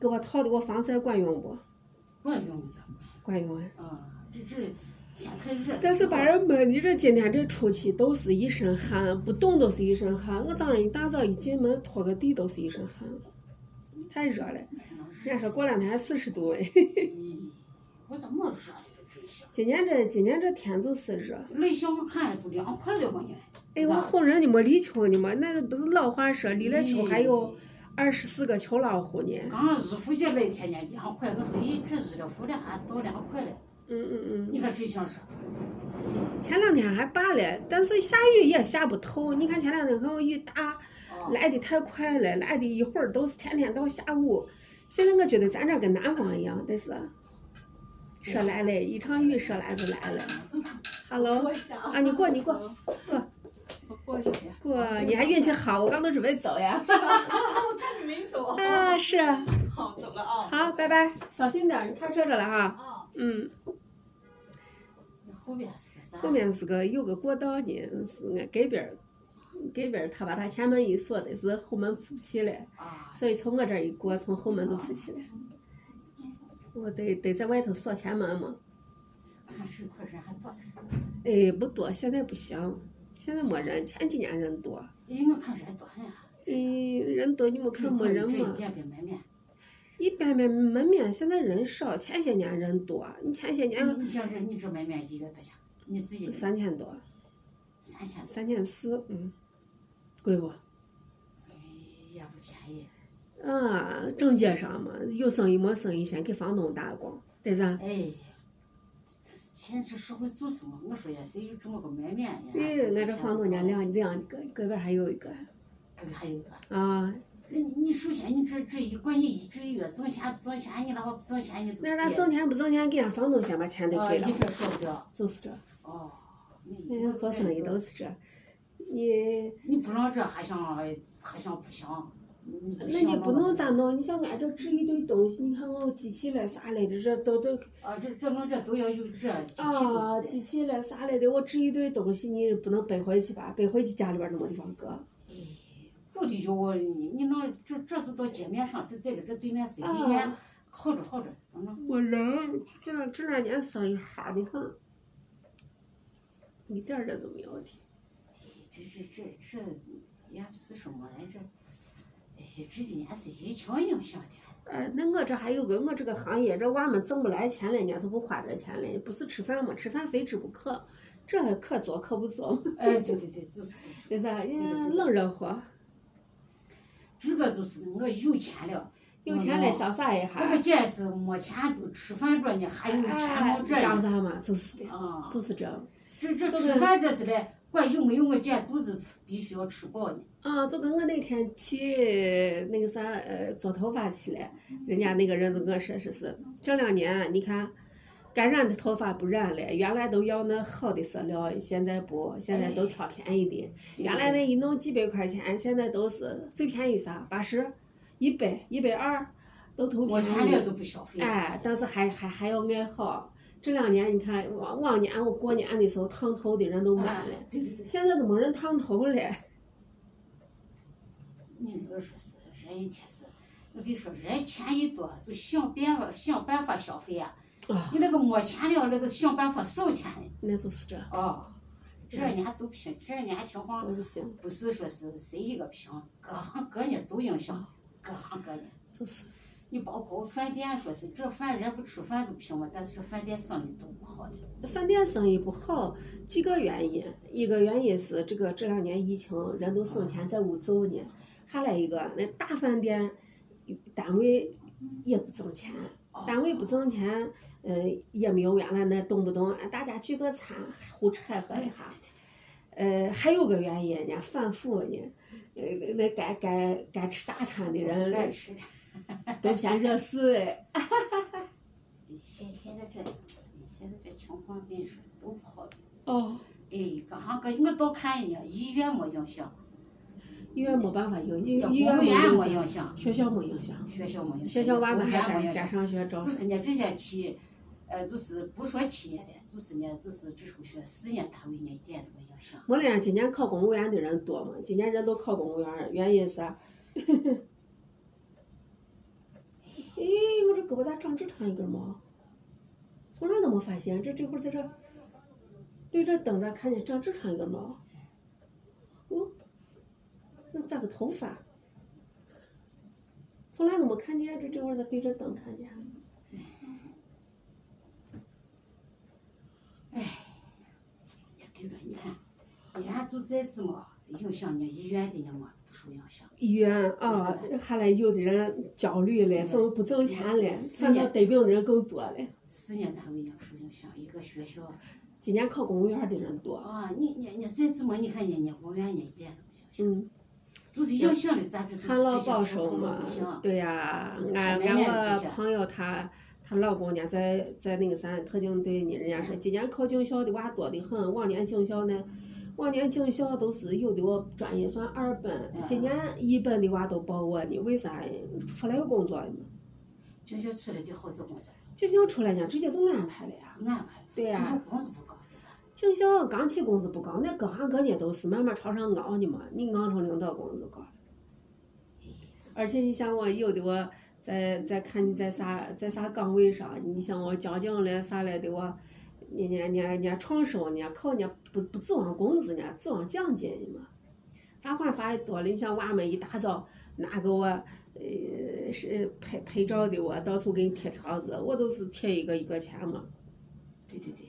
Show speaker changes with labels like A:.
A: 给我掏的我防晒管用不？
B: 管用啥
A: 管用啊！
B: 管？啊，这这天太热的时候。
A: 但是把人闷的这今天这出去都是一身汗，不动都是一身汗。我早上一大早一进门拖个地都是一身汗，太热了。人家说过两天四十度哎，
B: 嗯，我怎么热的这真是？
A: 今年这今年这天就是热。
B: 冷笑啊我看也不凉快了嘛你。
A: 哎，我哄人你没理秋呢嘛，那不是老话说离了秋还有二十四个秋老虎呢。
B: 刚日服就那天呢凉快，我说咦，这日了服了还到凉快了，
A: 嗯嗯
B: 你看真像是。
A: 嗯，前两天还罢了，但是下雨也下不透。你看前两天看我雨大，
B: 啊，
A: 来的太快了，来的一会儿都是天天到下午。现在我觉得咱这跟南方一样，但是说来了，一场雨说来就来了。Hello，
C: 一下
A: 啊你过你过过，
C: 我过一下呀。
A: 过你还运气好，我刚都准备走呀。
C: 我看你没走。
A: 啊，是，
C: 好，走了啊。
A: 好，拜拜，小心点儿，你开车着了哈。
C: 啊，
A: 嗯，
B: 后面是个啥？
A: 后面是个有个过道呢，是俺隔壁儿，隔壁儿他把他前门一锁的是后门扶不起来。
B: 啊，
A: 所以从我这儿一过，从后门就扶起来。我得得在外头锁前门嘛。
B: 看这块人还多点儿。
A: 哎，不多，现在不行，现在没人。前几年人多，
B: 哎，我看人多很呀。
A: 哎，人多你没看没人
B: 这一
A: 嘛？
B: 边边门面。
A: 一边边门面现在人少，前些年人多。你前些年
B: 你像这你这门面一月不行，你自己
A: 三千多，
B: 三千多，
A: 三千四，嗯，贵不？
B: 哎也不便宜。
A: 啊，正街上嘛，有生意没生意先给房东打工，对咋？
B: 哎，现在这社会就是嘛，我说也谁有这么个门面呢？
A: 哎，俺这房东家
B: 两，
A: 两两个，隔壁还有一个
B: 啊这里还有一个。
A: 啊，
B: 那你你首先你这这一管你一这月挣钱不挣钱，你哪怕不挣钱你都
A: 那咱
B: 得
A: 挣钱不挣钱，给俺房东先把钱得
B: 啊
A: 给了
B: 一，分少不了。
A: 就是这。
B: 哦，
A: 人家做生意都是这，你
B: 你不让这还想还想不行，你都
A: 那
B: 想
A: 你不
B: 着
A: 弄咋弄？你像俺这置一堆东西，你看我机器了啥来的，这都都
B: 啊？这这弄这都要有这机器
A: 啊，
B: 都
A: 机
B: 是的。
A: 器了啥来的，我置一堆东西，你不能背回去吧？背回去家里边儿都没地方搁。
B: 哎，我的就我你你弄这这就到街面上，这这个这对面是医院，
A: 啊，
B: 靠着靠着，等等。
A: 我人这两这两年生意哈的很，一点儿人都没有的。
B: 哎这这这这也不是什么来着，哎，这这几年是疫情影响的。
A: 呃，那我这还有个我这个行业，这娃们挣不来钱了，人家就不花这钱了，不是吃饭嘛，吃饭非吃不可，这可做可不做嘛， 哎
B: 哎，对对对，就是就是
A: 对啥？人家冷热乎，
B: 这个就是我有钱了，
A: 有钱了潇洒一
B: 我个
A: 下，
B: 姐是没钱都吃饭着呢，还有钱
A: 嗯哎
B: 没，这
A: 讲
B: 呢
A: 啥嘛，就是的，
B: 啊，
A: 就是这，
B: 这这
A: 这
B: 吃
A: 个
B: 饭这是嘞，管用没用，我姐肚子必须要吃饱呢。
A: 啊，就跟我那天去那个啥，呃，做头发去了，
B: 嗯
A: 人家那个人就跟我说，说是这两年你看。该染的头发不染了，原来都要那好的色料，现在不，现在都挑便宜的。原来那一弄几百块钱，现在都是最便宜啥八十、一百、一百二，都投
B: 我
A: 便
B: 钱了
A: 宜。
B: 就不消费了。
A: 哎，但是还还还要爱好。这两年你看，往往年我过年的时候烫头的人都满了，
B: 哎，对对对，
A: 现在都没人烫头了。
B: 你我说是人一天是，我跟你说，人钱一多就想办法想办法消费呀、
A: 啊，
B: 你那个没钱了，那个想办法少钱呢。
A: 那就是这，
B: 哦，这人家都平，这人家情况
A: 都不行，
B: 不是说是谁一个平，各行各业都影
A: 哦
B: 响，各行各业。
A: 就是
B: 你包括饭店，说是这饭人不吃饭都平嘛，但是这饭店生意都不好了。
A: 饭店生意不好，几个原因，一个原因是这个这两年疫情，人都省钱在屋走呢，还来一个那大饭店单位也不挣钱。
B: 哦
A: 单位不挣钱，呃，也没有原来那动不动哎大家聚个餐胡吃海喝一下。呃，还有个原因，人家反腐呢，呃，那该该该吃大餐的
B: 爱
A: 人
B: 吃的。
A: 都嫌惹事哎。
B: 现现在这，现在这情况跟你说都不好了。
A: 哦，
B: 哎，各行各业，我倒看人家医院没影响，
A: 医院没办法影，医
B: 公
A: 医院
B: 务
A: 没
B: 员没
A: 影响，
B: 影响，
A: 学校没影响，
B: 学校没影响，
A: 学校娃
B: 公
A: 们
B: 务
A: 还
B: 员没
A: 该
B: 影
A: 该
B: 响。
A: 上学照
B: 就。是呢，这些企，呃，就是不说企业了，就是呢，就是这种说事业单位呢，一点都没影响。
A: 没了呀，啊今年考公务员的人多嘛？啊 今年人都考公务员，原因是啥？根胳膊咋长这长一根毛？从来都没发现，这这会儿在这对着灯咱看见长这长一根毛，哦，那咋个头发？从来都没看见，这这会儿咋对着灯看见？啊
B: 也跟着你看，人家就再怎么影响人家医院的人嘛，不受影响。
A: 医院啊，还来有的人焦虑嘞，挣不挣钱嘞，反正得病的人更多嘞。
B: 事业单位也不受影响，一个学校
A: 今年考公务员的人多，
B: 啊，你你你再怎么，你看人家公务员人一点都不影响，
A: 嗯，
B: 就是影响了咱这就是
A: 旱涝
B: 这些
A: 保
B: 普
A: 收
B: 通老
A: 嘛
B: 百姓，
A: 对呀、
B: 就是
A: 俺
B: 前面
A: 俺
B: 这
A: 我
B: 些
A: 朋友她她老公呢，在在那个啥特警队呢，人家
B: 嗯
A: 说今年考警校的娃多得很，往年警校呢，往年警校都是有的我专业算二本，
B: 嗯
A: 今年一本的娃都报我呢，为啥呀？出来有工作的嘛，
B: 就像吃了的好做工作，
A: 警校出来呢，直接就安排了呀，
B: 就安排了，
A: 对啊呀、
B: 就说工资不高的了，
A: 警校刚起工资不高，那各行各业都是慢慢朝上熬的嘛，你熬成领导工资就高了。
B: 哎就是
A: 而且你像我有的我在在看你在啥在啥岗位上，你像我交警嘞啥嘞的我，人家人家人家创收人家靠人家不不指望工资呢，指望奖金的嘛。罚款罚的多了，你像娃们一大早拿给我，呃，是拍拍照的我，到处给你贴条子，我都是贴一个一个钱嘛。
B: 对对对